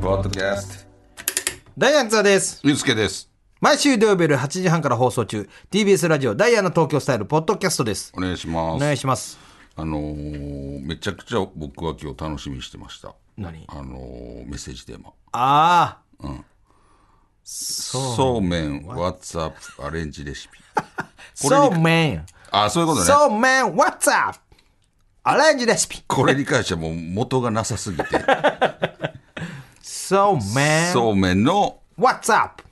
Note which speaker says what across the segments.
Speaker 1: ポッドキャス
Speaker 2: ダイアンツァです。
Speaker 1: ト。ゆうすけです。
Speaker 2: 毎週土曜日夜8時半から放送中、TBS ラジオダイアンの東京スタイルポッドキャストです。
Speaker 1: お願いし
Speaker 2: お
Speaker 1: ます。
Speaker 2: 願いします。
Speaker 1: あのーめちゃくちゃ僕は今日楽しみにしてました。
Speaker 2: 何
Speaker 1: あのーメッセージテーマ。
Speaker 2: ああ、
Speaker 1: そうめん、WhatsApp アレンジレシピ。
Speaker 2: そうめん。
Speaker 1: あ、そういうことね。
Speaker 2: そうめん、What's up? アレンジレシピ。
Speaker 1: これに関してはもう元がなさすぎて、
Speaker 2: そうめん、
Speaker 1: そうめんの
Speaker 2: What's up?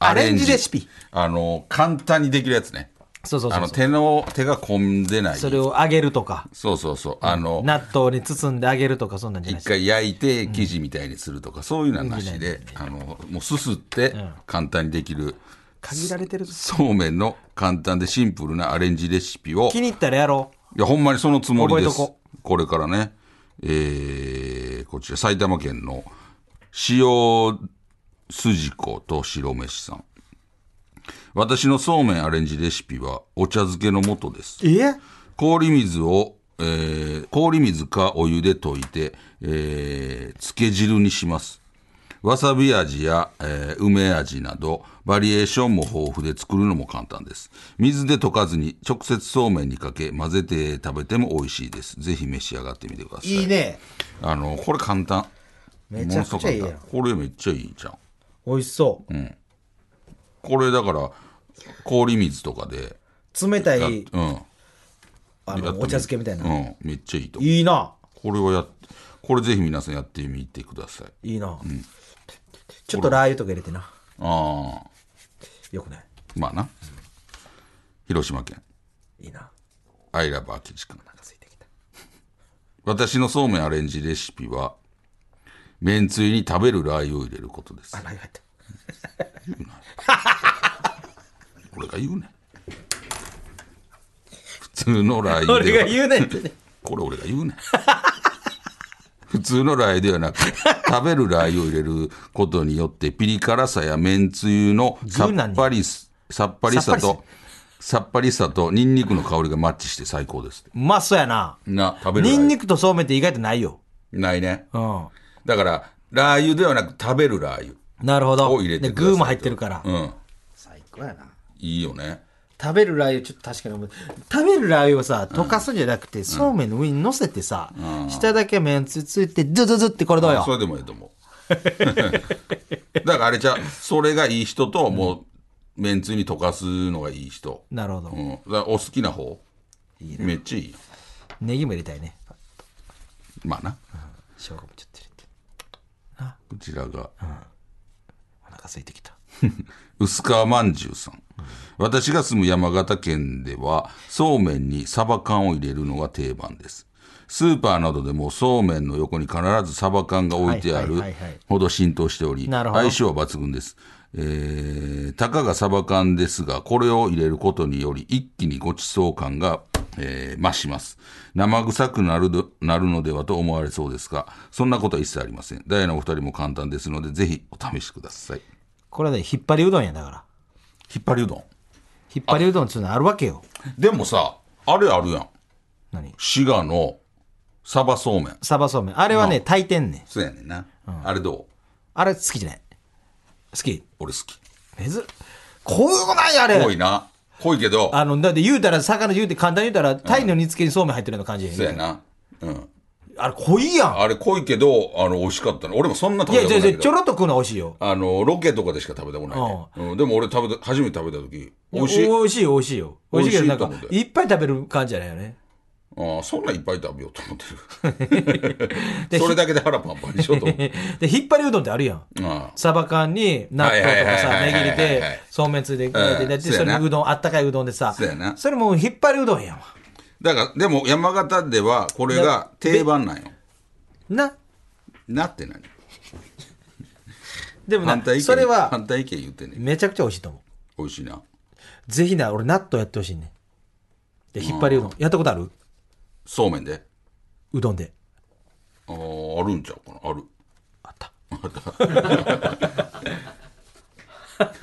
Speaker 2: アレンジレシピ。。
Speaker 1: あのー簡単にできるやつね。
Speaker 2: そうそう
Speaker 1: あ
Speaker 2: そ
Speaker 1: の
Speaker 2: う。
Speaker 1: 手の手が込んでない。
Speaker 2: そ
Speaker 1: そ
Speaker 2: れを揚げるとか、
Speaker 1: うそうそう。あの
Speaker 2: 納豆に包んで揚げるとか、そんなんじゃない
Speaker 1: 一
Speaker 2: ですか。
Speaker 1: 回焼いて生地みたいにするとか、そういうのはなしで、あのもうすすって簡単にできる、
Speaker 2: 限られてるぞ
Speaker 1: そうめんの簡単でシンプルなアレンジレシピを
Speaker 2: 気に入ったらやろ
Speaker 1: いやほんまにそのつもりです
Speaker 2: 覚えとこ
Speaker 1: これからねえーこちら埼玉県の塩筋子と白飯さん私のそうめんアレンジレシピはお茶漬けの素です
Speaker 2: う。え
Speaker 1: 氷水を、えー氷水かお湯で溶いて、えー漬け汁にします。わさび味や、えー梅味など、バリエーションも豊富で作るのも簡単です。水で溶かずに直接そうめんにかけ混ぜて食べても美味しいです。ぜひ召し上がってみてください。
Speaker 2: いいね。
Speaker 1: あの、これ簡単。
Speaker 2: めちゃくちゃいいやん
Speaker 1: ものすごく簡単これめっちゃいいじゃん。
Speaker 2: 美味しそう。
Speaker 1: これだから、氷水とかで、
Speaker 2: 冷た
Speaker 1: やっ
Speaker 2: い
Speaker 1: うん、
Speaker 2: あ
Speaker 1: や
Speaker 2: の
Speaker 1: って
Speaker 2: お
Speaker 1: み
Speaker 2: 茶漬けみたいな。
Speaker 1: うん、めっちゃいいと思う
Speaker 2: いいな。
Speaker 1: これはやっこれぜひ皆さんやってみてください。
Speaker 2: いいな、ちょっとラー油とか入れてな
Speaker 1: ああ、
Speaker 2: よくない
Speaker 1: まあな。広島県、
Speaker 2: いいな
Speaker 1: アイラブ秋地君。
Speaker 2: お腹空いてきた
Speaker 1: 私のそうめんアレンジレシピは、めんつゆに食べるラー油を入れることです
Speaker 2: あ。ラー油入った
Speaker 1: 俺が言うねん。普通のラー油
Speaker 2: 俺
Speaker 1: で
Speaker 2: が
Speaker 1: は、
Speaker 2: 言うねんっ てね
Speaker 1: これ俺が言うねん。普通のラー油ではなく、食べるラー油を入れることによって、ピリ辛さやめんつゆのさ
Speaker 2: 牛なん
Speaker 1: っ
Speaker 2: に
Speaker 1: ぱりす、さっぱりさ
Speaker 2: さっ
Speaker 1: と、さっぱりさと、ニンニクの香りがマッチして最高です。
Speaker 2: うまそうやな
Speaker 1: な、食べるラー
Speaker 2: ニン
Speaker 1: 油。
Speaker 2: ニクとそうめんって意外とないよ
Speaker 1: ないね。
Speaker 2: うん
Speaker 1: だから、ラー油ではなく食べるラー油
Speaker 2: なるほど
Speaker 1: を入れて
Speaker 2: で
Speaker 1: くださいと
Speaker 2: 具も入ってるから、
Speaker 1: うん。
Speaker 2: 最高やない
Speaker 1: いよね。
Speaker 2: 食べるラー油ちょっと確かに思う食べるラー油をさ溶かすんじゃなくて、そうめんの上に乗せてさ、下だけ麺つついてズズズってこれどう
Speaker 1: そ
Speaker 2: よ
Speaker 1: れでもいいと思う。だ からあれじゃうそれがいい人と、もう、めんつゆに溶かすのがいい人。
Speaker 2: なるほど、
Speaker 1: うん。だからお好きな方。めっちゃいいよ。
Speaker 2: ネギも入れたいね
Speaker 1: まあな。
Speaker 2: 生姜もちょっと入れて
Speaker 1: こちらが、
Speaker 2: お腹空いてきた
Speaker 1: 薄川まんじゅうさん。私が住む山形県では、そうめんにサバ缶を入れるのが定番です。スーパーなどでもそうめんの横に必ずサバ缶が置いてある
Speaker 2: はいはいはいはい
Speaker 1: ほど浸透しており、
Speaker 2: なるほど
Speaker 1: 相性は抜群です。えー、たかがサバ缶ですが、これを入れることにより、一気にごちそう感が、えー増します。生臭くなるどなるのではと思われそうですが、そんなことは一切ありません。ダイヤのお二人も簡単ですので、ぜひお試しください。
Speaker 2: これはね引っ張りうどんやだから
Speaker 1: 引っ張りうどん。
Speaker 2: 引っ張りうどんっていうのあるわけよ
Speaker 1: でもさ、あれあるやん。
Speaker 2: 何
Speaker 1: 滋賀のサバそうめん。
Speaker 2: サバそうめんあれはね炊いてんねん
Speaker 1: そうやねんな。あれどう
Speaker 2: あれ好きじゃない好き
Speaker 1: 俺好き。
Speaker 2: 珍こういうことないあ
Speaker 1: 濃
Speaker 2: れ
Speaker 1: いな。濃いけど、
Speaker 2: あのだって言うたら魚言うて簡単に言うたらタイの煮付けにそうめん入ってるような感じやね
Speaker 1: そうやな。うん。
Speaker 2: あれ濃いやん
Speaker 1: あれ濃いけど、あの、美味しかったの。俺もそんな食
Speaker 2: い
Speaker 1: べた
Speaker 2: やい
Speaker 1: こと
Speaker 2: やい
Speaker 1: ない
Speaker 2: や
Speaker 1: け
Speaker 2: ちょ
Speaker 1: ど。
Speaker 2: ろっと食うの美味しいよ
Speaker 1: あの、ロケとかでしか食べたことないね。うん、でも俺食べた、初めて食べた時、美味しい。
Speaker 2: 美味しいよ美味しいよ美味しいけ
Speaker 1: 美味しい
Speaker 2: どなん
Speaker 1: と
Speaker 2: か
Speaker 1: 思う
Speaker 2: いっぱい食べる感じじゃないよね
Speaker 1: ああそんなんいっぱい食べようと思 ってる。それだけで腹パンパンにしようと思って。
Speaker 2: で引っ張りうどんってあるやん
Speaker 1: ああ
Speaker 2: サバ缶に納豆とか
Speaker 1: はい
Speaker 2: さ
Speaker 1: はいはいはい
Speaker 2: ネギ入れ
Speaker 1: はい
Speaker 2: て
Speaker 1: はいはい
Speaker 2: そうめんついでくれて
Speaker 1: うん
Speaker 2: でで
Speaker 1: そうや
Speaker 2: そ
Speaker 1: な
Speaker 2: れにうどんあったかいうどんでさ
Speaker 1: そうやな
Speaker 2: それもう引っ張りうどんやわ
Speaker 1: だから、でも山形ではこれが定番なんよ。
Speaker 2: な
Speaker 1: なって何
Speaker 2: でも
Speaker 1: 反
Speaker 2: な
Speaker 1: 対意見。
Speaker 2: それは
Speaker 1: 反対意見言ってんねん。
Speaker 2: めちゃくちゃ美味しいと思う
Speaker 1: 美味しいな。
Speaker 2: ぜひな、俺、納豆やってほしいね。で、引っ張りうどん。やったことある
Speaker 1: そうめんで。
Speaker 2: うどんで。
Speaker 1: あーあるんちゃうかなある
Speaker 2: あった。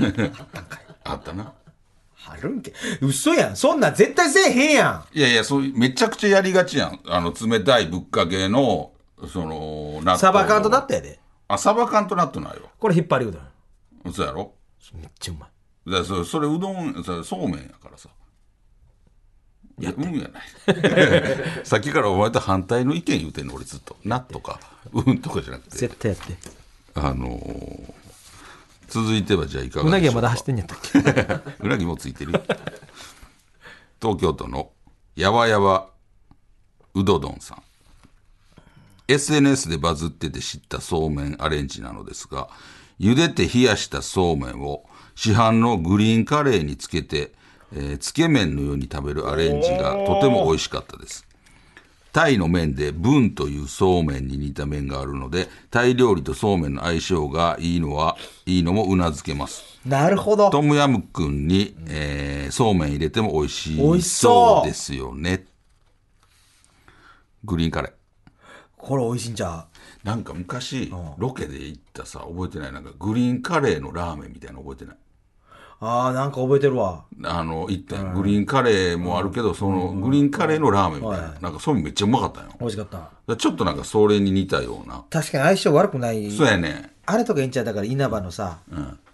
Speaker 1: あったな
Speaker 2: あるんけ。嘘やん。そんなん絶対せえへんやん。
Speaker 1: いやいやそういうめちゃくちゃやりがちやんあの冷たいぶっかけのその納豆
Speaker 2: サバ缶と納豆やで。
Speaker 1: あ、サバ缶と納豆ないわ。
Speaker 2: これ引っ張りうどん。
Speaker 1: そうやろ
Speaker 2: めっちゃうまい。
Speaker 1: だからそそれうどんそれそうめんやからさいやうんやない さっきからお前と反対の意見言うてんの俺ずっと「な」とか「うん」とかじゃなくて
Speaker 2: 絶対やって。
Speaker 1: あのー続いてはじゃあいか
Speaker 2: う
Speaker 1: が
Speaker 2: なぎ
Speaker 1: でし
Speaker 2: は
Speaker 1: ょう
Speaker 2: まだ
Speaker 1: か
Speaker 2: 走ってんやったっけ
Speaker 1: うなぎもついてるよ東京都のやわやわうどどんさん SNS でバズってて知ったそうめんアレンジなのですが茹でて冷やしたそうめんを市販のグリーンカレーにつけて、えーつけ麺のように食べるアレンジがとても美味しかったですタイの麺でブンというそうめんに似た麺があるのでタイ料理とそうめんの相性がいいのはいいのもうなずけます
Speaker 2: なるほど。
Speaker 1: トムヤムくんに、えーそうめん入れても美味し
Speaker 2: 美味
Speaker 1: い
Speaker 2: しそ
Speaker 1: そう
Speaker 2: う
Speaker 1: ですよね。グリーンカレー。
Speaker 2: これ美味しいんじゃ
Speaker 1: なんか昔、ロケで行ったさ、覚えてないなんかグリーンカレーのラーメンみたいなの覚えてない
Speaker 2: あーなんか覚えてるわ。
Speaker 1: あの、行ったよグリーンカレーもあるけど、その、グリーンカレーのラーメンみたいな。なんかそうめんめっちゃうまかったよ。だか
Speaker 2: 美味しかった。
Speaker 1: らちょっとなんかそれに似たような。
Speaker 2: 確かに相性悪くない。
Speaker 1: そうやね。
Speaker 2: あれとかいいんちゃうだから稲葉のさ、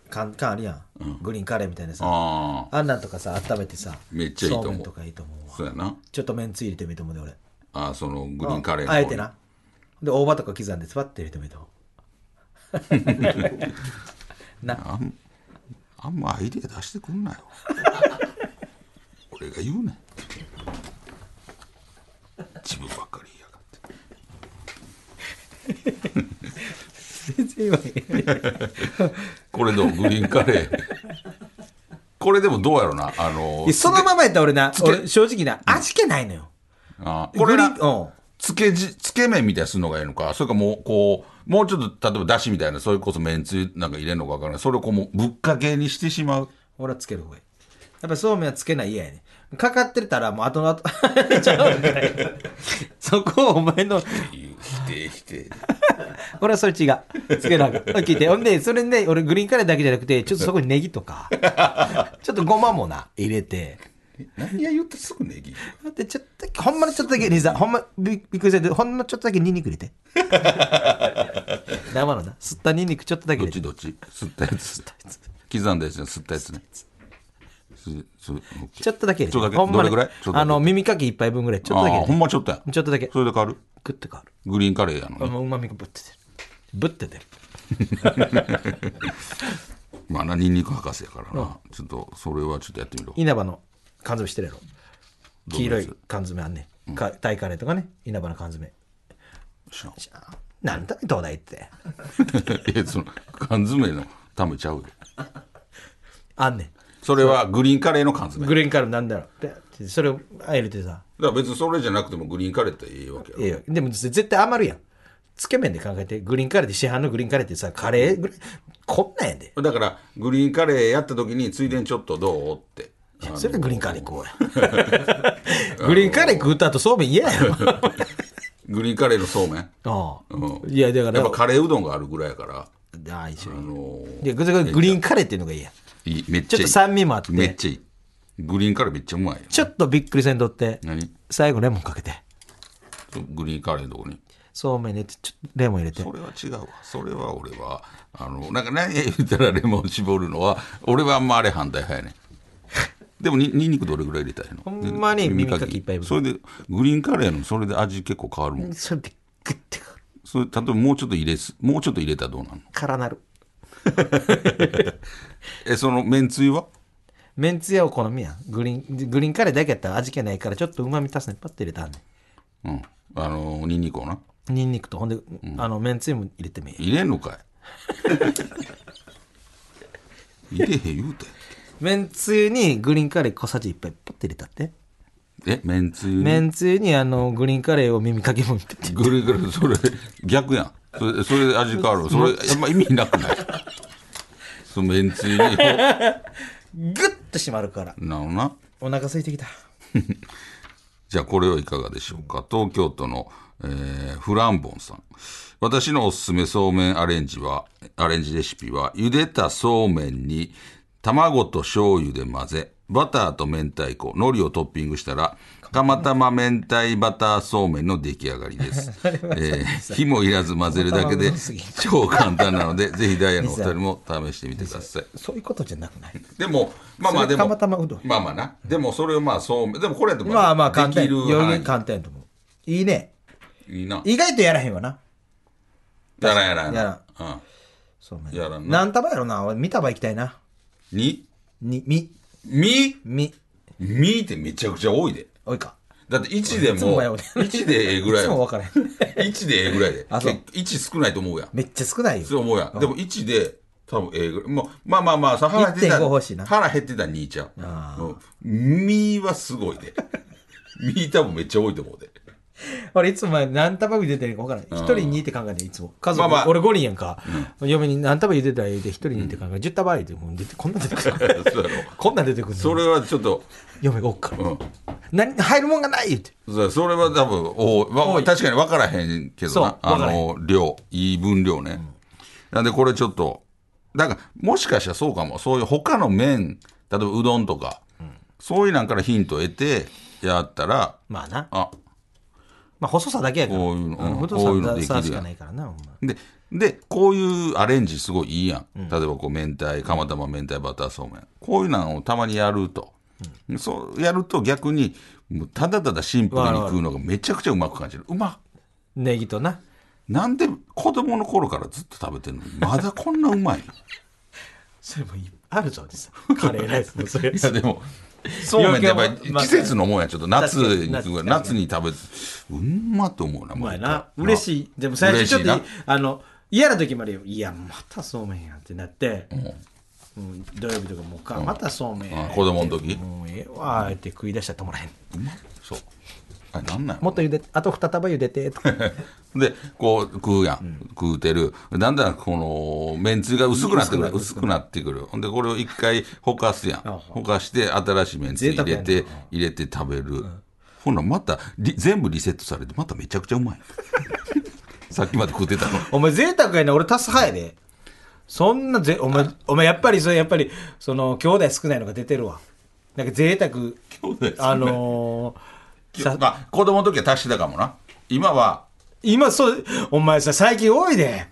Speaker 2: 缶、缶あるやん,、グリーンカレーみたいなさ。
Speaker 1: ああ、
Speaker 2: あんなんとかさ、温めてさ。
Speaker 1: めっちゃいいと思う
Speaker 2: そうめんとかいいと思うわ。
Speaker 1: そうやな。
Speaker 2: ちょっと麺つゆ入れてもいいと思うで俺。
Speaker 1: あーそのグリーンカレーの
Speaker 2: あ
Speaker 1: 方
Speaker 2: え
Speaker 1: に
Speaker 2: てな。で、大葉とか刻んで、スパッて入れてもいいと思う。な、
Speaker 1: あんまアイディア出してくんなよ。俺が言うねん。自分ばっかり言いやがって。
Speaker 2: 全然今
Speaker 1: これどうグリーンカレー。これでもどうやろな。あの
Speaker 2: いや、 そのままやったら俺な、
Speaker 1: け
Speaker 2: 俺正直な、味気ないのよ。
Speaker 1: あこれな
Speaker 2: グリーンうん
Speaker 1: つけじ、つけ麺みたいにするのがいいのか、それかもう、こう、もうちょっと、例えばだしみたいな、それこそめんつゆなんか入れるのかわからない。それをこう、もうぶっかけにしてしまう。
Speaker 2: 俺はつける方がいい。やっぱりそうめんはつけない嫌やね。かかってたらもう後の後、 ちゃうからそこをお前の、
Speaker 1: 否定、否定。
Speaker 2: 俺はそれ違う。つけなく。聞いて。ほんで、それで、俺グリーンカレーだけじゃなくて、ちょっとそこにネギ とか、ちょっとごまもな、入れて。
Speaker 1: 何や言ってすぐネギ。
Speaker 2: だってちょっとだけ、ほんまにちょっとだけ、リザ、ほんま、びびっくりして、ほんのちょっとだけニンニク入れて。生のな、吸ったニンニクちょっとだけ
Speaker 1: どっ
Speaker 2: 入れ
Speaker 1: ち
Speaker 2: て。
Speaker 1: どっち吸ったやつ。刻んだやつね、吸ったやつね。すす
Speaker 2: ちょっとだけ入れて。
Speaker 1: ちょっとだけ
Speaker 2: ほん
Speaker 1: ど
Speaker 2: まに
Speaker 1: れぐらいちょっとだけ
Speaker 2: あの、耳かき一杯分ぐらい、ちょっとだけ
Speaker 1: あ
Speaker 2: 入
Speaker 1: あ
Speaker 2: れ
Speaker 1: ほん
Speaker 2: て。
Speaker 1: まちょっとや。
Speaker 2: ちょっとだけ。
Speaker 1: それで変わる
Speaker 2: グッと変わる。
Speaker 1: グリーンカレーやのね。
Speaker 2: もうまみがぶって出る。ぶって出る。
Speaker 1: まあな、ニンニク博士やからな。ちょっと、それはちょっとやってみろ。
Speaker 2: 稲葉の缶詰してるやろ。黄色い
Speaker 1: ど
Speaker 2: 缶詰あんね、ん。かタイカレーとかね、稲葉の缶詰。
Speaker 1: 知らん
Speaker 2: なんだね、東大って。
Speaker 1: いや、その、缶詰のためちゃうよ。
Speaker 2: あんね
Speaker 1: それはグリーンカレーの缶
Speaker 2: ん。
Speaker 1: 詰。だか
Speaker 2: グレーンカルなんだろう。でそれを入れてさ。
Speaker 1: ら別にそれじゃなくてもグリーンカレーっていいわけやろ。
Speaker 2: いやでも絶対余るやん。つけ麺で考えて、グリーンカレーで市販のグリーンカレーってさ、カレーぐらい、こんなんやで。
Speaker 1: だから、グリーンカレーやった時に、ついでにちょっとどうって。あの
Speaker 2: それでグリーンカレー食おうや。グリーンカレー食った後そうめん嫌 やろ。
Speaker 1: グリーンカレーのそうめん。
Speaker 2: うん
Speaker 1: うん
Speaker 2: いや、だから、
Speaker 1: やっぱカレーうどんがあるぐらいやから、
Speaker 2: ああ、一緒
Speaker 1: あ
Speaker 2: に。
Speaker 1: のー
Speaker 2: で、グリーンカレーっていうのがいいやん。
Speaker 1: いいめっち
Speaker 2: ち
Speaker 1: ゃ
Speaker 2: ょっ
Speaker 1: いい
Speaker 2: と酸味もあって
Speaker 1: めっちゃいいグリーンカレーめっちゃうまいよ
Speaker 2: ちょっとびっくりせんとって、
Speaker 1: 何
Speaker 2: 最後レモンかけて、
Speaker 1: グリーンカレーのとこに
Speaker 2: そうめんにちょっとレモン入れて
Speaker 1: そ。れは違うわそれは俺はあのなんか何言ったらレモン絞るのは俺はあんまあれ反対派やねんでもににんにくどれぐらい入れたいのほ
Speaker 2: んまに耳かきいっぱい分
Speaker 1: それでグリーンカレーのそれで味結構変わるもん
Speaker 2: それでグッて
Speaker 1: それ例えばもうちょっと入れすもうちょっと入れたらどうなの
Speaker 2: からなる。
Speaker 1: えそのめんつゆは
Speaker 2: めんつゆはお好みやん。グリーン、グリーンカレーだけやったら味気ないから、ちょっと旨味足すね。パッと入れたんね。
Speaker 1: うんあのにんにくをなん
Speaker 2: ニンニクと、ほんで、あの、めんつゆも入れてもいい。
Speaker 1: 入れんの かい入れへん言うて
Speaker 2: めんつゆにグリーンカレー小さじ一杯パッと入れたって。
Speaker 1: えめんつゆに
Speaker 2: めんつゆにあの、グリーンカレーを耳かきもんってって。
Speaker 1: ぐるぐるそれ逆やんそれそれで味変わるそれあんま意味なくないそのめんつゆに
Speaker 2: グッと締まるから。
Speaker 1: なのな
Speaker 2: お腹空いてきた。
Speaker 1: じゃあこれはいかがでしょうか東京都の、えーフランボンさん私のおすすめそうめんアレンジはアレンジレシピは茹でたそうめんに卵と醤油で混ぜバターと明太子、海苔をトッピングしたら、釜玉明太バターそうめんの出来上がりです。 えー火もいらず混ぜるだけで
Speaker 2: 釜玉の次
Speaker 1: 超簡単なので、ぜひダイヤのお二人 も試してみてください。
Speaker 2: そういうことじゃなくない
Speaker 1: でも、まあまあ
Speaker 2: そ
Speaker 1: で
Speaker 2: れ
Speaker 1: も、
Speaker 2: 釜玉うどん
Speaker 1: まあまあな。でもそれをまあそうめん、でもこれやと
Speaker 2: まあまあ簡単
Speaker 1: できる
Speaker 2: より
Speaker 1: 範
Speaker 2: 簡単やと思ういいね
Speaker 1: 囲。いいな。
Speaker 2: 意外とやらへんわな
Speaker 1: やらんやらん
Speaker 2: や
Speaker 1: や
Speaker 2: ら
Speaker 1: らん。うん。
Speaker 2: そう
Speaker 1: やらんな
Speaker 2: 何束やろな俺見束行きたいな
Speaker 1: に、
Speaker 2: にみ
Speaker 1: み、
Speaker 2: み
Speaker 1: みってめちゃくちゃ多いで。
Speaker 2: 多いか
Speaker 1: だって1で
Speaker 2: いつも
Speaker 1: も、
Speaker 2: 迷うね
Speaker 1: 1でええぐらい
Speaker 2: いつ
Speaker 1: や
Speaker 2: も
Speaker 1: もん
Speaker 2: 分からへん
Speaker 1: 1でええぐらいで。
Speaker 2: あそう
Speaker 1: 1少ないと思うやん。
Speaker 2: めっちゃ少ないよ
Speaker 1: そう思うやん。でも1で、多分ええぐらい。もうまあまあまあ、さ腹減って
Speaker 2: 1.5欲しいな
Speaker 1: た、腹減ってた2ちゃう。うん。みはすごいで。み多分めっちゃ多いと思うで。
Speaker 2: 俺いつも前何束茹でてるか分からない。一人にって考えていつも。家族、
Speaker 1: まあまあ
Speaker 2: 俺5人やんか。嫁に何束茹でたら言うて一人にって考えて、10束茹でて、もう出てこんなん出てく る。
Speaker 1: そうやろ。
Speaker 2: こんなん出てくるの。
Speaker 1: それはちょっと、
Speaker 2: 嫁がおっから。
Speaker 1: うん。
Speaker 2: 何、入るもんがない言って。
Speaker 1: そうそれは多分お、まあ
Speaker 2: 多い
Speaker 1: 確かに分からへんけど
Speaker 2: そう
Speaker 1: なあ
Speaker 2: 分からへ
Speaker 1: の量いい分量ね、なんでこれちょっとだからもしかしたらそうかもそういう他の麺例えばうどんとか、そういうなんからヒントを得てやったら
Speaker 2: まあな。
Speaker 1: あ
Speaker 2: まあ細さだけやから。
Speaker 1: こういうのうん
Speaker 2: 細
Speaker 1: こういうのできる
Speaker 2: さ
Speaker 1: やん
Speaker 2: さしかないからな、ほんま。
Speaker 1: ででこういうアレンジすごいいいやん、例えばこう明太釜玉明太バターそうめんこういうのをたまにやると、そうやると逆にもうただただシンプルに食うのがめちゃくちゃうまく感じるうまっ
Speaker 2: ネギとな。
Speaker 1: なんで子供の頃からずっと食べてるのにまだこんなうま いい
Speaker 2: それもいいあるぞ、です カレーライスもそれ。
Speaker 1: やでもそうめんってやっぱり
Speaker 2: まあ
Speaker 1: 季節のもんやちょっと夏に
Speaker 2: 確かに
Speaker 1: 夏に食べてうんまと思うな
Speaker 2: う
Speaker 1: も
Speaker 2: ま
Speaker 1: う
Speaker 2: いな。嬉
Speaker 1: い
Speaker 2: しい。でも最初ちょっとい
Speaker 1: 嬉し
Speaker 2: あの、嫌な時までよ。いや、またそうめんやってなって。うん土曜日とかもうか、またそうめんや
Speaker 1: あ子供の時
Speaker 2: もうええわーって食い出したら止まらへん。
Speaker 1: そうあれなんなんや
Speaker 2: もっと茹で、あと二束茹でて、と か。
Speaker 1: でこう食うやん、食うてるだんだんこのめんつゆが薄くなってくる薄くなってくるほんでこれを一回ほかすやん
Speaker 2: あ
Speaker 1: ほかして新しいめんつゆ入れ
Speaker 2: 贅
Speaker 1: て入れて食べる、ほなまたリ全部リセットされてまためちゃくちゃう まいさっきまで食ってたの
Speaker 2: お前贅沢やね俺足す派やで。そんなぜ、お前、お前やっぱり、それやっぱり、その、兄弟少ないのが出てるわ。なんか贅沢、
Speaker 1: 兄弟少ない
Speaker 2: あのー、さ
Speaker 1: まあ、子供の時は足してたかもな。今は、
Speaker 2: 今、そう、お前さ、最近多い で。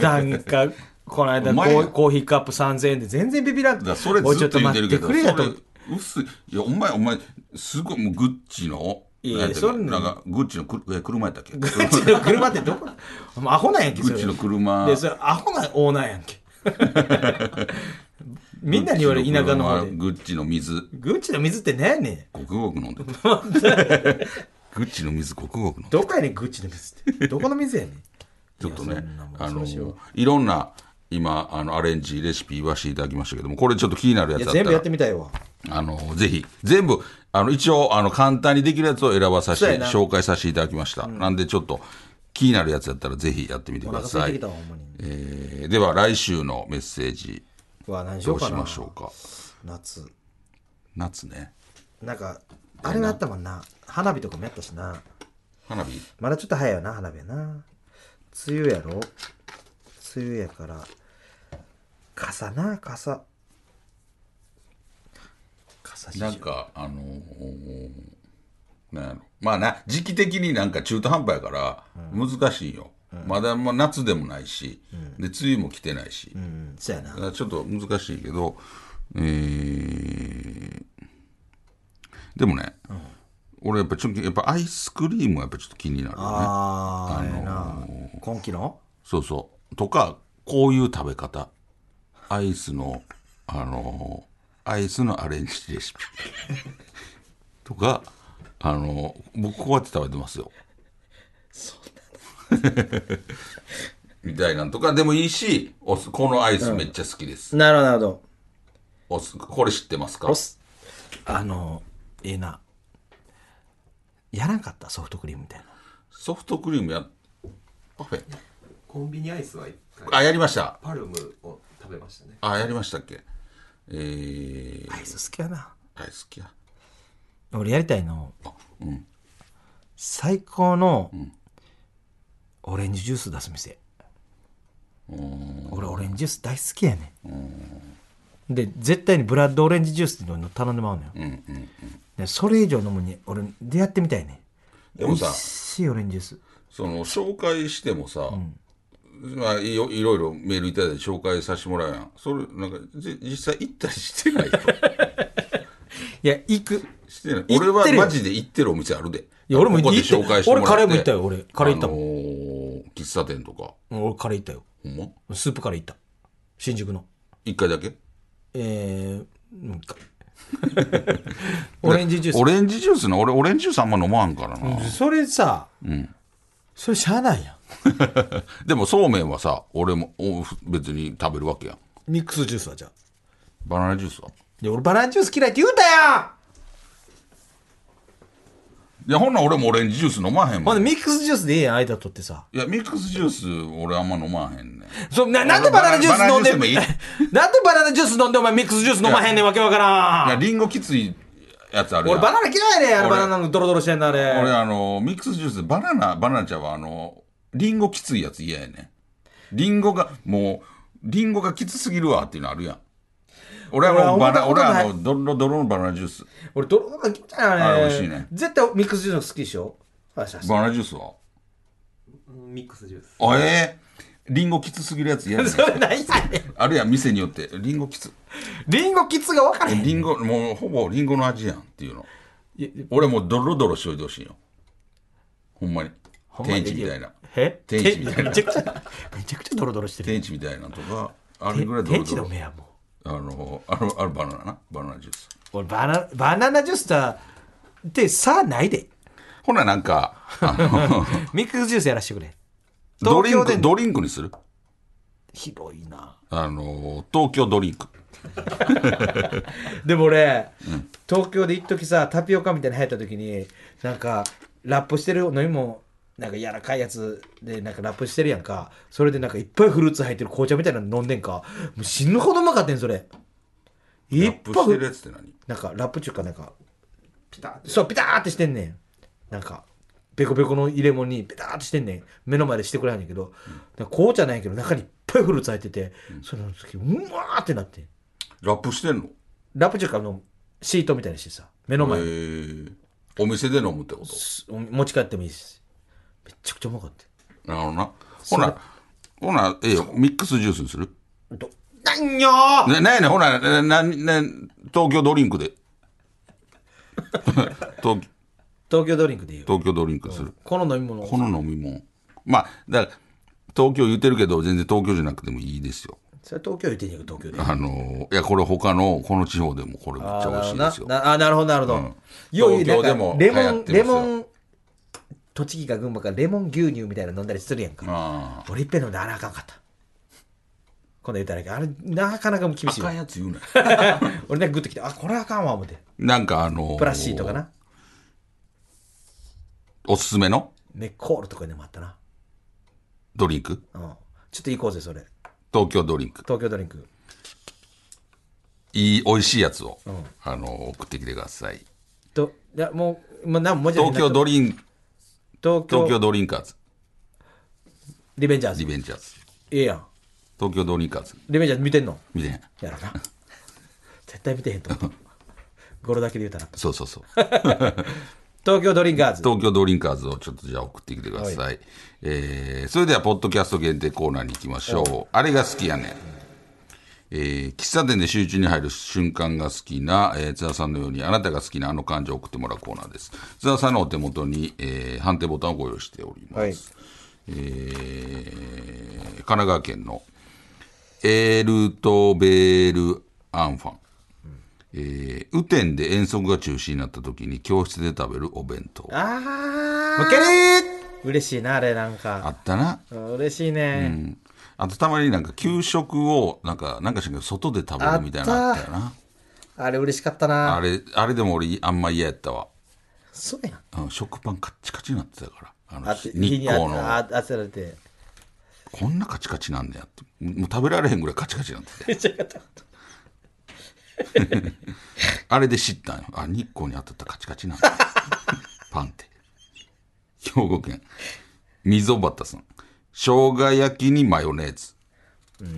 Speaker 2: なんか、この間
Speaker 1: お
Speaker 2: コ
Speaker 1: 前
Speaker 2: ー、コーヒーカップ3000円で全然ビビらん
Speaker 1: だからそれずっと言ってるけど、
Speaker 2: おいちょっと待って
Speaker 1: そ
Speaker 2: くれやと。
Speaker 1: れ薄い。いや、お前、お前、すごい、もうグッチの、
Speaker 2: いやい
Speaker 1: なん
Speaker 2: や
Speaker 1: やったっけ
Speaker 2: そん
Speaker 1: な
Speaker 2: な
Speaker 1: んか、グッチのくえ車やったっけグ
Speaker 2: グッチの車ってどこお前アホなんやんけ、そ
Speaker 1: ッ
Speaker 2: れ
Speaker 1: チ。の車。
Speaker 2: でそれアホなオーナーやん けみんなに言われる田舎の方で
Speaker 1: グッチの水、
Speaker 2: グッチの水って何やねん
Speaker 1: ごくごく飲ん でる。グッチの水、ごくごく飲んでる。
Speaker 2: どこやねんグッチの水ってどこの水やねん
Speaker 1: ちょっと
Speaker 2: いや
Speaker 1: ね
Speaker 2: そんなもん、
Speaker 1: あ
Speaker 2: そ
Speaker 1: の
Speaker 2: うしよう、
Speaker 1: いろんな、今、あの、アレンジ、レシピ言わせていただきましたけども、これちょっと気になるや
Speaker 2: い
Speaker 1: つ
Speaker 2: や
Speaker 1: だった
Speaker 2: 全部やっ
Speaker 1: ら
Speaker 2: て、みたいわ
Speaker 1: あの、ぜひ、全部、あの、一応、あの、簡単にできるやつを選ばさせ
Speaker 2: そう
Speaker 1: て、
Speaker 2: やな
Speaker 1: 紹介させていただきました。なんで、ちょっと、気になるやつだったら、ぜひやってみて
Speaker 2: お
Speaker 1: くだ
Speaker 2: 腹空
Speaker 1: さ
Speaker 2: いて
Speaker 1: い
Speaker 2: きた。わほんまに
Speaker 1: えーでは、来週のメッセージ、
Speaker 2: うわ何しよ
Speaker 1: ど
Speaker 2: う
Speaker 1: う
Speaker 2: か
Speaker 1: し
Speaker 2: な
Speaker 1: ましょうか。
Speaker 2: 夏
Speaker 1: 夏ね。
Speaker 2: なんかあれはあったもんな花火とかもやったしな
Speaker 1: 花火
Speaker 2: まだちょっと早いよな花火やな梅雨やろ梅雨やから傘な傘傘しよ
Speaker 1: な
Speaker 2: うん
Speaker 1: か、あのーなんやろ。まあな、時期的になんか中途半端やから、難しいよ。まだ、まあ、夏でもないし、で、梅雨も来てないし。
Speaker 2: うんそうやな
Speaker 1: だからちょっと難しいけど、えーでもね、俺やっぱちょっとやっぱアイスクリームはやっぱちょっと気になるよね。
Speaker 2: ああ、ええな。今期の
Speaker 1: そうそう。とか、こういう食べ方。アイスの、あのーアイスのアレンジレシピ。とか、あのー僕こうやって食べてますよ。 みたいなんとかでもいいし、おすこのアイスめっちゃ好きです。
Speaker 2: なるほど、なるほど。
Speaker 1: おすこれ知ってますか
Speaker 2: ロス。あの、ええな。やらんかったソフトクリームみたいな。
Speaker 1: ソフトクリームやパフェ
Speaker 3: コンビニアイスは一回
Speaker 1: あやりました
Speaker 3: パルムを食べましたね
Speaker 1: あやりましたっけえー、
Speaker 2: アイス好きやな。
Speaker 1: 大好きや
Speaker 2: 俺やりたいの、
Speaker 1: あうん
Speaker 2: 最高の、オレンジジュース出す店。俺、オレンジジュース大好きやねん。で絶対にブラッドオレンジジュースっていうのを頼んでまうのよ、でそれ以上飲むに俺出会ってみたいね
Speaker 1: でもさ
Speaker 2: 美味しいオレンジジュース
Speaker 1: その紹介してもさ、まあ、いよいろいろメールいただいて紹介させてもらうやんそれなんかじ実際行ったりして ないよ
Speaker 2: いや行く
Speaker 1: してない
Speaker 2: 行って
Speaker 1: 俺
Speaker 2: るよ
Speaker 1: はマジで行ってるお店あるでい
Speaker 2: いや俺も
Speaker 1: ここで
Speaker 2: 行って
Speaker 1: 紹介してもらって
Speaker 2: 俺カレーも行ったよ俺カレー行ったもん
Speaker 1: あのー喫茶店とか
Speaker 2: 俺カレー行ったよ
Speaker 1: ほんま
Speaker 2: スープカレー行った新宿の
Speaker 1: 一回だけ
Speaker 2: えー、うん かオレンジジュース
Speaker 1: オレンジジュースな俺オレンジジュースあんま飲まんからな、
Speaker 2: それさ、それしゃあないやん
Speaker 1: でもそうめんはさ俺もお別に食べるわけやん
Speaker 2: ミックスジュースはじゃあ
Speaker 1: バナナジュースはい
Speaker 2: や俺バナナジュース嫌いって言うたやん
Speaker 1: いやほんなら俺もオレンジジュース飲まへん
Speaker 2: ほ
Speaker 1: も
Speaker 2: ん
Speaker 1: ん
Speaker 2: で
Speaker 1: い
Speaker 2: ミックスジュースでいいやん間取ってさ
Speaker 1: やミックスジュース俺あんま飲まへんねん
Speaker 2: そななんでバナナジュース飲んで
Speaker 1: バナナジュースで
Speaker 2: なんでバナナジュース飲んでお前ミックスジュース飲まへんねんわけわからん
Speaker 1: いやリンゴきついやつあるやん
Speaker 2: 俺バナナ嫌いねんあの
Speaker 1: 俺
Speaker 2: バナナのドロドロしてんのあれ
Speaker 1: 俺あのミックスジュースでバナナバナナちゃんはあのリンゴきついやつ嫌やねんリンゴがもうリンゴがきつすぎるわっていうのあるやん俺はもう
Speaker 2: 俺は思
Speaker 1: バ
Speaker 2: っ
Speaker 1: ナ俺は
Speaker 2: たことない
Speaker 1: あのドロドロのバナナジュース
Speaker 2: 俺ドロドロが気持ち悪いなあ
Speaker 1: あ
Speaker 2: れ
Speaker 1: れ美味しいね
Speaker 2: 絶対ミックスジュースの好きでしょあしゃし
Speaker 1: バナナジュースは
Speaker 3: うんミックスジュース。
Speaker 1: あえー、リンゴきつすぎるやつ嫌やねん
Speaker 2: それないやねん
Speaker 1: あるやん店によってリンゴきつ
Speaker 2: リンゴキツが分からへん
Speaker 1: リンゴもうほぼリンゴの味やんっていうの
Speaker 2: いやいや
Speaker 1: 俺もうドロドロしといてほしいよほんまに
Speaker 2: ほんま
Speaker 1: 天
Speaker 2: に
Speaker 1: 一みたいな
Speaker 2: え
Speaker 1: 天一みたいな
Speaker 2: めちゃくちゃめちゃくちゃドロドロしてる
Speaker 1: 天一みたいなとかあれぐらいド
Speaker 2: 天
Speaker 1: ロ
Speaker 2: 地
Speaker 1: ド
Speaker 2: の
Speaker 1: ロ
Speaker 2: 目やもう
Speaker 1: あのあのあのバナナなバナナジュース
Speaker 2: 俺バナバナナジュースだってさあないで
Speaker 1: ほななんかあ の
Speaker 2: ミックスジュースやらしてくれ
Speaker 1: ドリン
Speaker 2: 東京
Speaker 1: ク
Speaker 2: で
Speaker 1: ドリンクにする
Speaker 2: 広いな
Speaker 1: あの東京ドリンク
Speaker 2: でも俺、東京で一時さタピオカみたいなの流行った時になんかラップしてる飲み物なんか柔らかいやつでなんかラップしてるやんかそれでなんかいっぱいフルーツ入ってる紅茶みたいなの飲んでんかもう死ぬほどうまかってんそれい
Speaker 1: ラ
Speaker 2: っ
Speaker 1: ップ
Speaker 2: ぱい
Speaker 1: し
Speaker 2: フ
Speaker 1: て
Speaker 2: ル
Speaker 1: るやつって何
Speaker 2: なんかラップ中かなんか
Speaker 3: ピタッて。
Speaker 2: そうピターってしてんねんなんかベコベコの入れ物にピターってしてんねん目の前でしてくれはんねんけど、なんか紅茶なんやけど中にいっぱいフルーツ入ってて、その時うわーってなって
Speaker 1: ラップしてんの
Speaker 2: ラップ中かのシートみたいにしてさ目の
Speaker 1: え
Speaker 2: 前に
Speaker 1: ー、お店で飲むってこと
Speaker 2: す持ち帰ってもいいしめっちゃくちゃうまかったよ
Speaker 1: なるほどなほなほなええよミックスジュースにする
Speaker 2: どなんよー
Speaker 1: ななんやねんほなななな東京ドリンク で東
Speaker 2: 東京ドリンクでいいよ
Speaker 1: 東京ドリンクにする
Speaker 2: この飲み物
Speaker 1: この飲み物まあだから東京言ってるけど全然東京じゃなくてもいいですよ
Speaker 2: それ東京言ってんねんけど東京で
Speaker 1: あのいやこれ他のこの地方でもこれめっちゃ美味しいですよ
Speaker 2: あーなななあーなるほどなるほど、よう言う
Speaker 1: 東京で
Speaker 2: なんか
Speaker 1: も
Speaker 2: レ
Speaker 1: 流
Speaker 2: モ
Speaker 1: 行って
Speaker 2: ン
Speaker 1: ます
Speaker 2: レ
Speaker 1: よ
Speaker 2: モン栃木か群馬かレモン牛乳みたいなの飲んだりするやんか、
Speaker 1: あ
Speaker 2: 俺いっぺん飲んであらあかんかった今度言ったらいいけどあれなかなかも厳
Speaker 1: あ
Speaker 2: しい
Speaker 1: 赤
Speaker 2: わ
Speaker 1: いやつ言うなよ
Speaker 2: 俺なんかグッときてあこれあかんわ思って
Speaker 1: なんかあの
Speaker 2: プラシーとかな
Speaker 1: おすすめの
Speaker 2: メッコールとかでもあったな、
Speaker 1: ドリンク
Speaker 2: うん、ちょっと行こうぜそれ
Speaker 1: 東京ドリンク
Speaker 2: 東京ドリンク
Speaker 1: いい美味しいやつを、あの送ってきてください
Speaker 2: といやもう、まあ、なんも文字
Speaker 1: 東京ドリンク
Speaker 2: 東京
Speaker 1: 東京ドリンカーズ
Speaker 2: リベンジャーズ
Speaker 1: リ
Speaker 2: い
Speaker 1: ベンジャーズ
Speaker 2: いやん
Speaker 1: 東京ドリンカーズ
Speaker 2: リベンジャーズ見てんの
Speaker 1: 見てへん
Speaker 2: やろな絶対見てへんと 思う語呂だけで言うたら
Speaker 1: そうそうそう
Speaker 2: 東京ドリンカーズ
Speaker 1: 東京ドリンカーズをちょっとじゃあ送ってきてください、えーそれではポッドキャスト限定コーナーに行きましょうあれが好きやねん、えー喫茶店で集中に入る瞬間が好きな、えー津田さんのようにあなたが好きなあの感情を送ってもらうコーナーです津田さんのお手元に、えー判定ボタンをご用意しております、
Speaker 2: はい
Speaker 1: えー神奈川県のエールとベールアンファンえー、雨天で遠足が中止になった時に教室で食べるお弁当
Speaker 2: あーむける嬉しいなあれなん
Speaker 1: あ
Speaker 2: か
Speaker 1: ったな。
Speaker 2: うん嬉しいね、
Speaker 1: あとたまになんか給食をなんかなんかしらんけど外で食べるみたいなのあったよな。
Speaker 2: あれ嬉しかった
Speaker 1: あ
Speaker 2: な
Speaker 1: れあれでも俺あんま嫌やったわ。
Speaker 2: そうやん
Speaker 1: あの食パンカッチカチになってたから。あ
Speaker 2: あ
Speaker 1: の
Speaker 2: って
Speaker 1: 日
Speaker 2: 日にあ
Speaker 1: 光の
Speaker 2: あ当てられて
Speaker 1: こんなカチカチなんだよってもう食べられへんぐらいカチカチになってて
Speaker 2: めっちゃよかった
Speaker 1: あれで知ったんよあ日光に当たったらカチカチなんだパンって兵庫県溝端さん生姜焼きにマヨネーズ
Speaker 2: も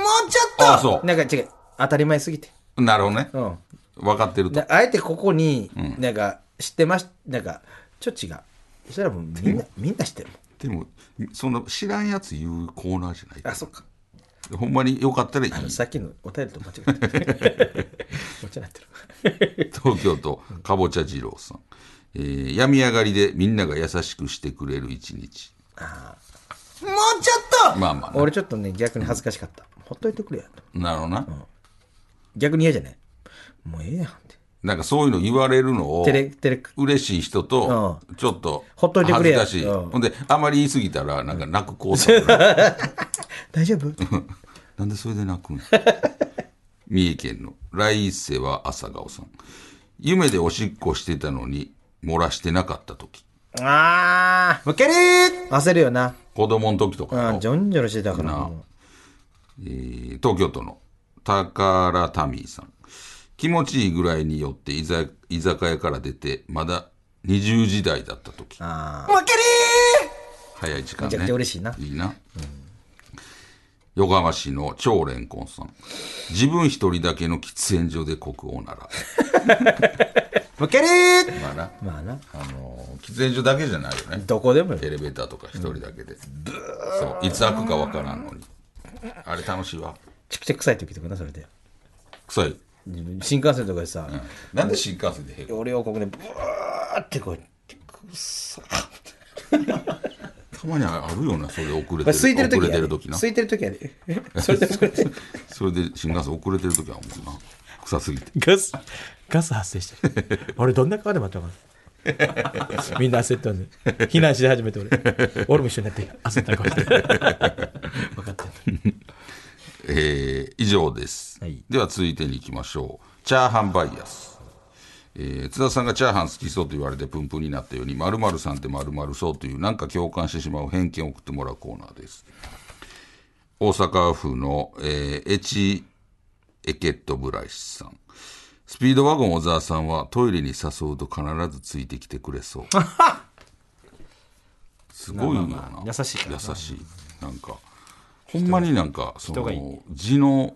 Speaker 2: うちょっと
Speaker 1: あそ
Speaker 2: なんか違う。当たり前すぎて。
Speaker 1: う。なるほどね。
Speaker 2: うん。
Speaker 1: 分かってると
Speaker 2: で。あえてここに、なんか、知ってまし、なんか、ちょっと違う。そしたらもうみんな、みんな知ってるもん。
Speaker 1: でも、そんな知らんやつ言うコーナーじゃない
Speaker 2: あ、そっか。
Speaker 1: ほんまによかったらいい。
Speaker 2: さっきのお便りと間違えてる。間違ってる。
Speaker 1: 東京都、かぼちゃ二郎さん。えー、病み上がりでみんなが優しくしてくれる一日。
Speaker 2: もうちょっと
Speaker 1: まあまあね
Speaker 2: 俺ちょっとね、逆に恥ずかしかった。ほっといてくれやと。
Speaker 1: なるほどな。
Speaker 2: 逆に嫌じゃないもうええやんって。
Speaker 1: なんかそういうの言われるのを
Speaker 2: 照、れ、照れ、
Speaker 1: 嬉しい人と、ちょっと、
Speaker 2: ほっといてくれや
Speaker 1: 恥ずかしい。
Speaker 2: うん
Speaker 1: ほんで、あまり言い過ぎたら、なんか泣く子さん が
Speaker 2: 大丈夫
Speaker 1: なんでそれで泣くん三重県の来世は朝顔さん。夢でおしっこしてたのに、漏らしてなかった時。
Speaker 2: あー
Speaker 3: 負ける
Speaker 2: 焦るよな。
Speaker 1: 子供の時とか
Speaker 2: う
Speaker 1: の
Speaker 2: ん、ジョンジョロしてたから。
Speaker 1: な
Speaker 2: も
Speaker 1: えー東京都の高良タミーさん。気持ちいいぐらいによって居酒居酒屋から出て、まだ20時台だった時
Speaker 2: う。あ
Speaker 3: 負け
Speaker 1: 早い時間ね。
Speaker 2: めちゃくちゃ嬉しいない
Speaker 1: いな。横浜市の超レンコンさん。自分一人だけの喫煙所で国王なら。
Speaker 2: ー。負ける
Speaker 1: まあな、
Speaker 2: ーまあな。
Speaker 1: あのー喫煙所だけじゃないよね。
Speaker 2: どこでもよ
Speaker 1: エレベーターとか一人だけで。そう。いつ開くかわからんのに。あれ楽しいわ。
Speaker 2: ちくちゃ臭い時とかな、それで。
Speaker 1: 臭い。
Speaker 2: 新幹線とかでさ、
Speaker 1: なんで新幹線でへこ
Speaker 2: 俺をここでブワーってこう、くっそ
Speaker 1: たまにあるよな、それで遅れてる。
Speaker 2: 空いてる時
Speaker 1: 遅れ
Speaker 2: や
Speaker 1: て
Speaker 2: で
Speaker 1: る時な。
Speaker 2: 空いてる時 やで。えそれで遅れてる。
Speaker 1: それで新幹線遅れてる時はもうな。臭すぎて。
Speaker 4: ガス、ガス発生してる。俺どんな顔で待ったのかな みんな焦ったんで。避難し始めて俺。俺も一緒になって焦った顔して。 分かってんの
Speaker 1: えー以上です、
Speaker 4: はい
Speaker 1: では続いてに行きましょう。チャーハンバイアス。えー津田さんがチャーハン好きそうと言われてプンプンになったように、〇〇さんって〇〇そうという、なんか共感してしまう偏見を送ってもらうコーナーです。大阪府の、えーエチエケットブライスさん。スピードワゴン小沢さんはトイレに誘うと必ずついてきてくれそう。 すごいよな。
Speaker 4: 優しいからな
Speaker 1: 優しい。なんか、ほんまになんか、そ
Speaker 4: がいい
Speaker 1: の、字の、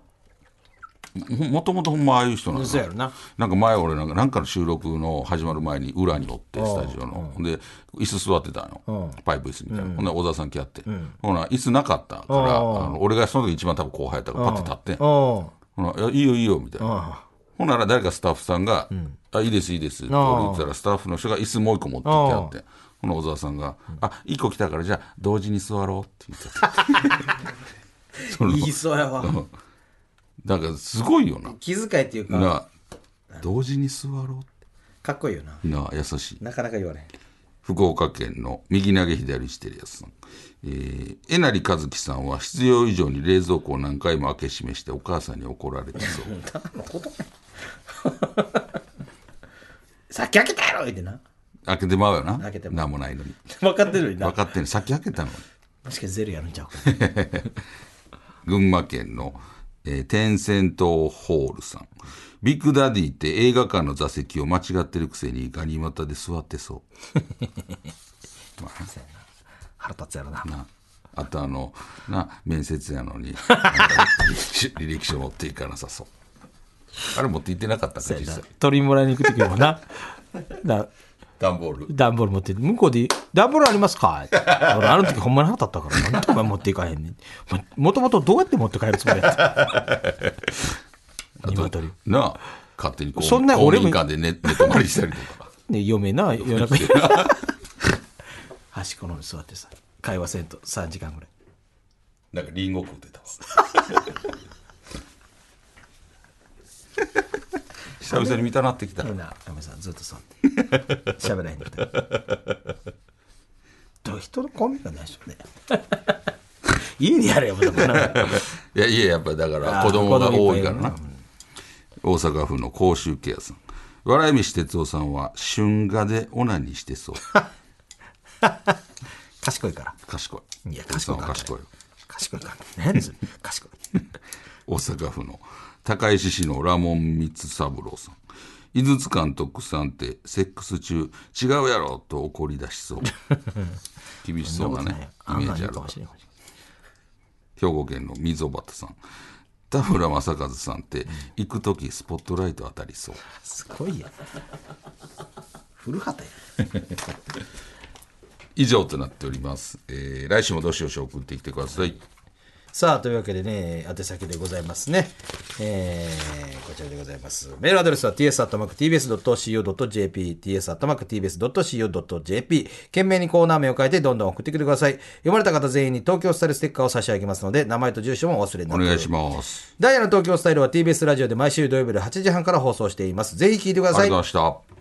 Speaker 1: ほもともとほんまああいう人なんだ
Speaker 4: 嘘やろな。
Speaker 1: なんか前俺なんかなんかの収録の始まる前に裏におってスタジオの、ほんで椅子座ってたんよ、パイプ椅子みたいな、ほんで小沢さん来やって、ほな椅子なかったから、あの俺がその時一番多分後輩やったからパッて立ってん、
Speaker 4: おう
Speaker 1: ほないやいいよいいよみたいな。ほんなら誰かスタッフさんが、あ、いいですいいですって俺言ってたら、スタッフの人が椅子もう一個持ってきてあって、ほな小沢さんが、あ、一個来たからじゃあ同時に座ろうって言ってた。 その
Speaker 2: 言いそうやわ。
Speaker 1: なんかすごいよな。
Speaker 2: 気遣いっていうか、
Speaker 1: な同時に座ろ
Speaker 2: かっこいいよな。
Speaker 1: うな優しい。
Speaker 2: なかなか言われへん。
Speaker 1: 福岡県の右投げ左してるやつさん。えー、えなりかずきさんは必要以上に冷蔵庫を何回も開け閉めしてお母さんに怒られて そう。
Speaker 2: さっき開けたやろ言ってな。
Speaker 1: 開けてまうよな。
Speaker 2: 開けてまう
Speaker 1: なんもないのに。
Speaker 2: 分かってるよな
Speaker 1: 分。かってんね。先開けたのに。
Speaker 2: もしかしてゼルやるんちゃうか。
Speaker 1: 群馬県の、えー、天線島ホールさん。ビッグダディって映画館の座席を間違ってるくせにガニ股で座ってそう。
Speaker 2: 腹立つやろ な。
Speaker 1: なあとあのな面接やのになんか履歴書 履歴書持っていかなさそうあれ持って行ってなかったか実際
Speaker 4: 鳥もらいに行く時もな。 な
Speaker 1: 段ボール
Speaker 4: 段ボール持って向こうで「段ボールありますか?」って俺あの時ほんまに腹立ったから「なんでお前持っていかへんねん」お前もともとどうやって持って帰るつもりやった
Speaker 1: あと
Speaker 4: 鶏
Speaker 1: なあ勝手にこう
Speaker 4: そんな俺も
Speaker 1: 公民館で寝寝泊まりしたりとか
Speaker 4: で嫁 な夜中に端っこの方に座ってさ会話せんと3時間ぐらい
Speaker 1: なんかリンゴ食っ てたわ久々に見たなってきた
Speaker 4: みんな嫁さんずっと座 って喋らへんのだどう人のコンビがないでしょ うね家でやれよもうそんなの
Speaker 1: いやいややっぱだから
Speaker 4: あー
Speaker 1: 子供が多いか
Speaker 4: 子供いっぱい
Speaker 1: ら
Speaker 4: いるな
Speaker 1: な大阪府の甲州ケアさん笑い飯哲夫さんは春画でオナニーしてそう
Speaker 4: 賢いから
Speaker 1: 賢い
Speaker 4: いや賢い
Speaker 1: 哲夫さん
Speaker 4: から
Speaker 1: は賢いよ
Speaker 4: 賢いから何やねんそれ賢い
Speaker 1: 大阪府の高石市のラモン光三郎さん井筒監督さんってセックス中違うやろと 怒り出しそう厳しそうなね
Speaker 4: あ
Speaker 1: イ
Speaker 4: ん
Speaker 1: メ
Speaker 4: なん
Speaker 1: ージ
Speaker 4: い
Speaker 1: あ
Speaker 4: い
Speaker 1: る
Speaker 4: かもしれん
Speaker 1: 兵庫県の溝端さん田村正和さんって行く時スポットライト当たりそう
Speaker 4: すごいやん
Speaker 2: 古畑や
Speaker 1: 以上となっております、えー来週もどしどし送ってきてください
Speaker 2: さあというわけでね宛先でございますね、えーこちらでございますメールアドレスは ts.tbs.co.jp ts.tbs.co.jp 懸命にコーナー名を変えてどんどん送ってきてください読まれた方全員に東京スタイルステッカーを差し上げますので名前と住所もお忘れな
Speaker 1: お
Speaker 2: く
Speaker 1: 願いします
Speaker 2: ダイヤの東京スタイルは TBS ラジオで毎週土曜日夜8時半から放送していますぜひ聞いてくだ
Speaker 1: あ
Speaker 2: さ
Speaker 1: り
Speaker 2: い
Speaker 1: がとうございました